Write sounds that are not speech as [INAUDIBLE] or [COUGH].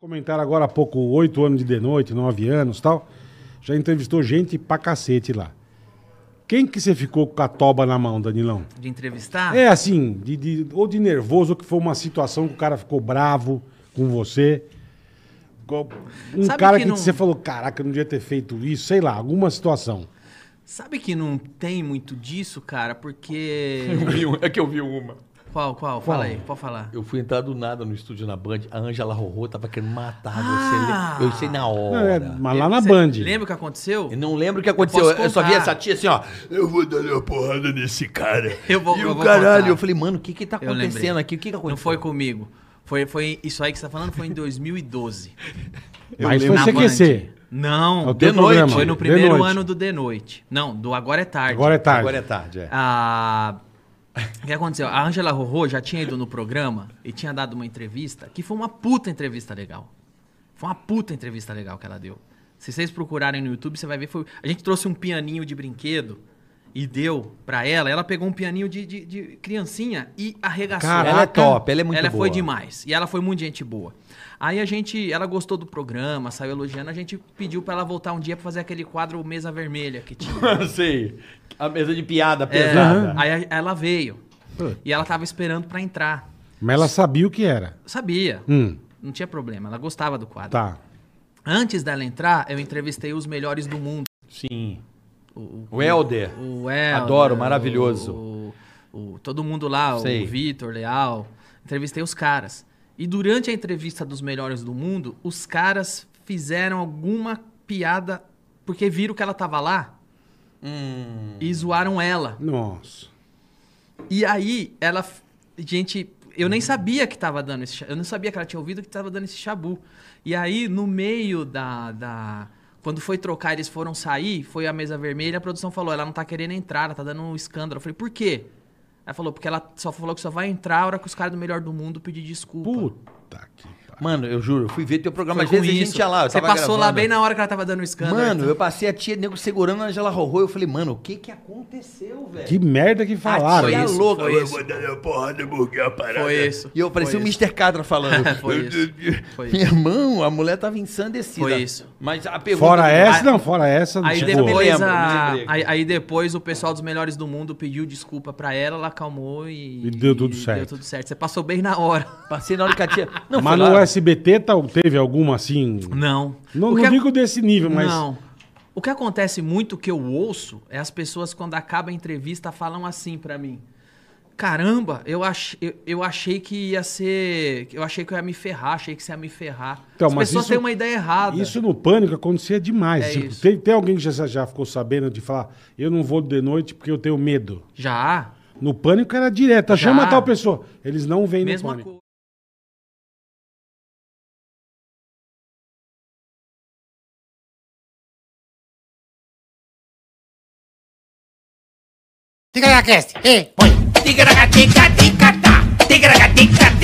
Comentaram agora há pouco, oito anos de de noite, nove anos tal. Já entrevistou gente pra cacete lá. Quem que você ficou com a toba na mão, Danilão? De entrevistar? É assim, de, de- ou de nervoso, ou que foi uma situação que o cara ficou bravo com você. Qual- Um Sabe cara que, que não- você falou, caraca, eu não devia ter feito isso, sei lá, alguma situação. Sabe que não tem muito disso, cara, porque. [LAUGHS] [LAUGHS] Eu vi um- é que eu vi uma. Qual, qual? Fala aí, pode falar. Eu fui entrar do nada no estúdio na Band, a Angela Rorô tava querendo matar Ah! você. Eu sei na Não, é, hora. mas lá na Cê Band. Lembra o que aconteceu? Eu não lembro o que aconteceu. Eu Eu, posso só vi contar. essa tia assim, ó. Eu vou dar uma porrada nesse cara. Eu vou- e eu o vou caralho. contar. Eu falei, mano, o que que tá Eu lembrei. acontecendo aqui? O que que aconteceu? Não foi comigo. Foi, foi isso aí que você tá falando foi em [LAUGHS] 2012. Mas foi Na CQC. Band. Não, É o teu De noite. programa. foi no De primeiro noite. ano do The Noite. Não, do Agora é Tarde. Agora é tarde. Agora é tarde, é. Ah, o que aconteceu? A Angela Rorô já tinha ido no programa e tinha dado uma entrevista, que foi uma puta entrevista legal. Foi uma puta entrevista legal que ela deu. Se vocês procurarem no YouTube, você vai ver. Foi... A gente trouxe um pianinho de brinquedo e deu pra ela. Ela pegou um pianinho de, de- de criancinha e arregaçou. Caraca. Ela é top, ela é muito Ela boa. foi demais. E ela foi muito gente boa. Aí a gente, ela gostou do programa, saiu elogiando. A gente pediu pra ela voltar um dia pra fazer aquele quadro Mesa Vermelha que tinha. Eu [LAUGHS] sei. A mesa de piada Ah. É, pesada. Aí a- ela veio. E ela tava esperando pra entrar. Mas ela sabia o que era. Sabia. Hum, Não tinha problema. Ela gostava do quadro. tá. Antes dela entrar, eu entrevistei os melhores do mundo. Sim. O, O Helder. o El, Adoro, maravilhoso. O, o- todo mundo lá, Sei. o Vitor, Leal. Entrevistei os caras. E durante a entrevista dos melhores do mundo, os caras fizeram alguma piada porque viram que ela tava lá Hum. e zoaram ela. Nossa. E aí, ela. f- Gente, eu nem sabia que tava dando esse. cha- Eu não sabia que ela tinha ouvido que tava dando esse chabu. E aí, no meio da. da quando foi trocar, eles foram sair, foi a mesa vermelha, a produção falou: ela não tá querendo entrar, ela tá dando um escândalo. Eu falei: por quê? Ela falou: porque ela só falou que só vai entrar a hora que os caras do melhor do mundo pedir desculpa. Puta que pariu. Mano, eu juro, eu fui ver teu Foi programa. Às vezes com a gente isso. ia lá. eu Você tava passou lá gravando. bem na né? hora que ela tava dando o escândalo. Mano, eu passei a tia nego segurando a Angela Rorô. Eu falei, mano, o que que aconteceu, velho? Que merda que falaram. foi Tia isso, louca, foi eu isso. vou dar uma porrada, buguei a parada. Foi isso, E eu parecia o foi isso. Mr. Catra falando. [LAUGHS] Foi isso, foi Meu isso. irmão, a mulher tava ensandecida. Foi isso. Mas a pergunta... Fora essa, Ah, não, fora essa. Aí tipo, depois, lembro, a- me lembrei. aí, aí depois o pessoal dos melhores do mundo pediu desculpa pra ela, ela acalmou e, E deu tudo certo. Deu tudo certo. Você passou bem na hora. [LAUGHS] Passei na hora que a tia... Não, Mas é foi no ah, lá. SBT tal, teve alguma assim. Não. Não, O não que ac- digo desse nível, mas. Não. O que acontece muito que eu ouço é as pessoas quando acaba a entrevista falam assim pra mim. Caramba, eu, ach... eu, eu achei que ia ser. Eu achei que eu ia me ferrar, achei que você ia me ferrar. Então, as mas pessoas isso- têm uma ideia errada. Isso no pânico acontecia demais. É Tipo, isso. tem, tem alguém que já, já ficou sabendo de falar, eu não vou de noite porque eu tenho medo. Já. No pânico era direto. Já. Chama tal pessoa. Eles não vêm no Mesma pânico. coisa. Tigra na cast, ei, põe. Tigra na tica, tica, tá. Tigra na tica,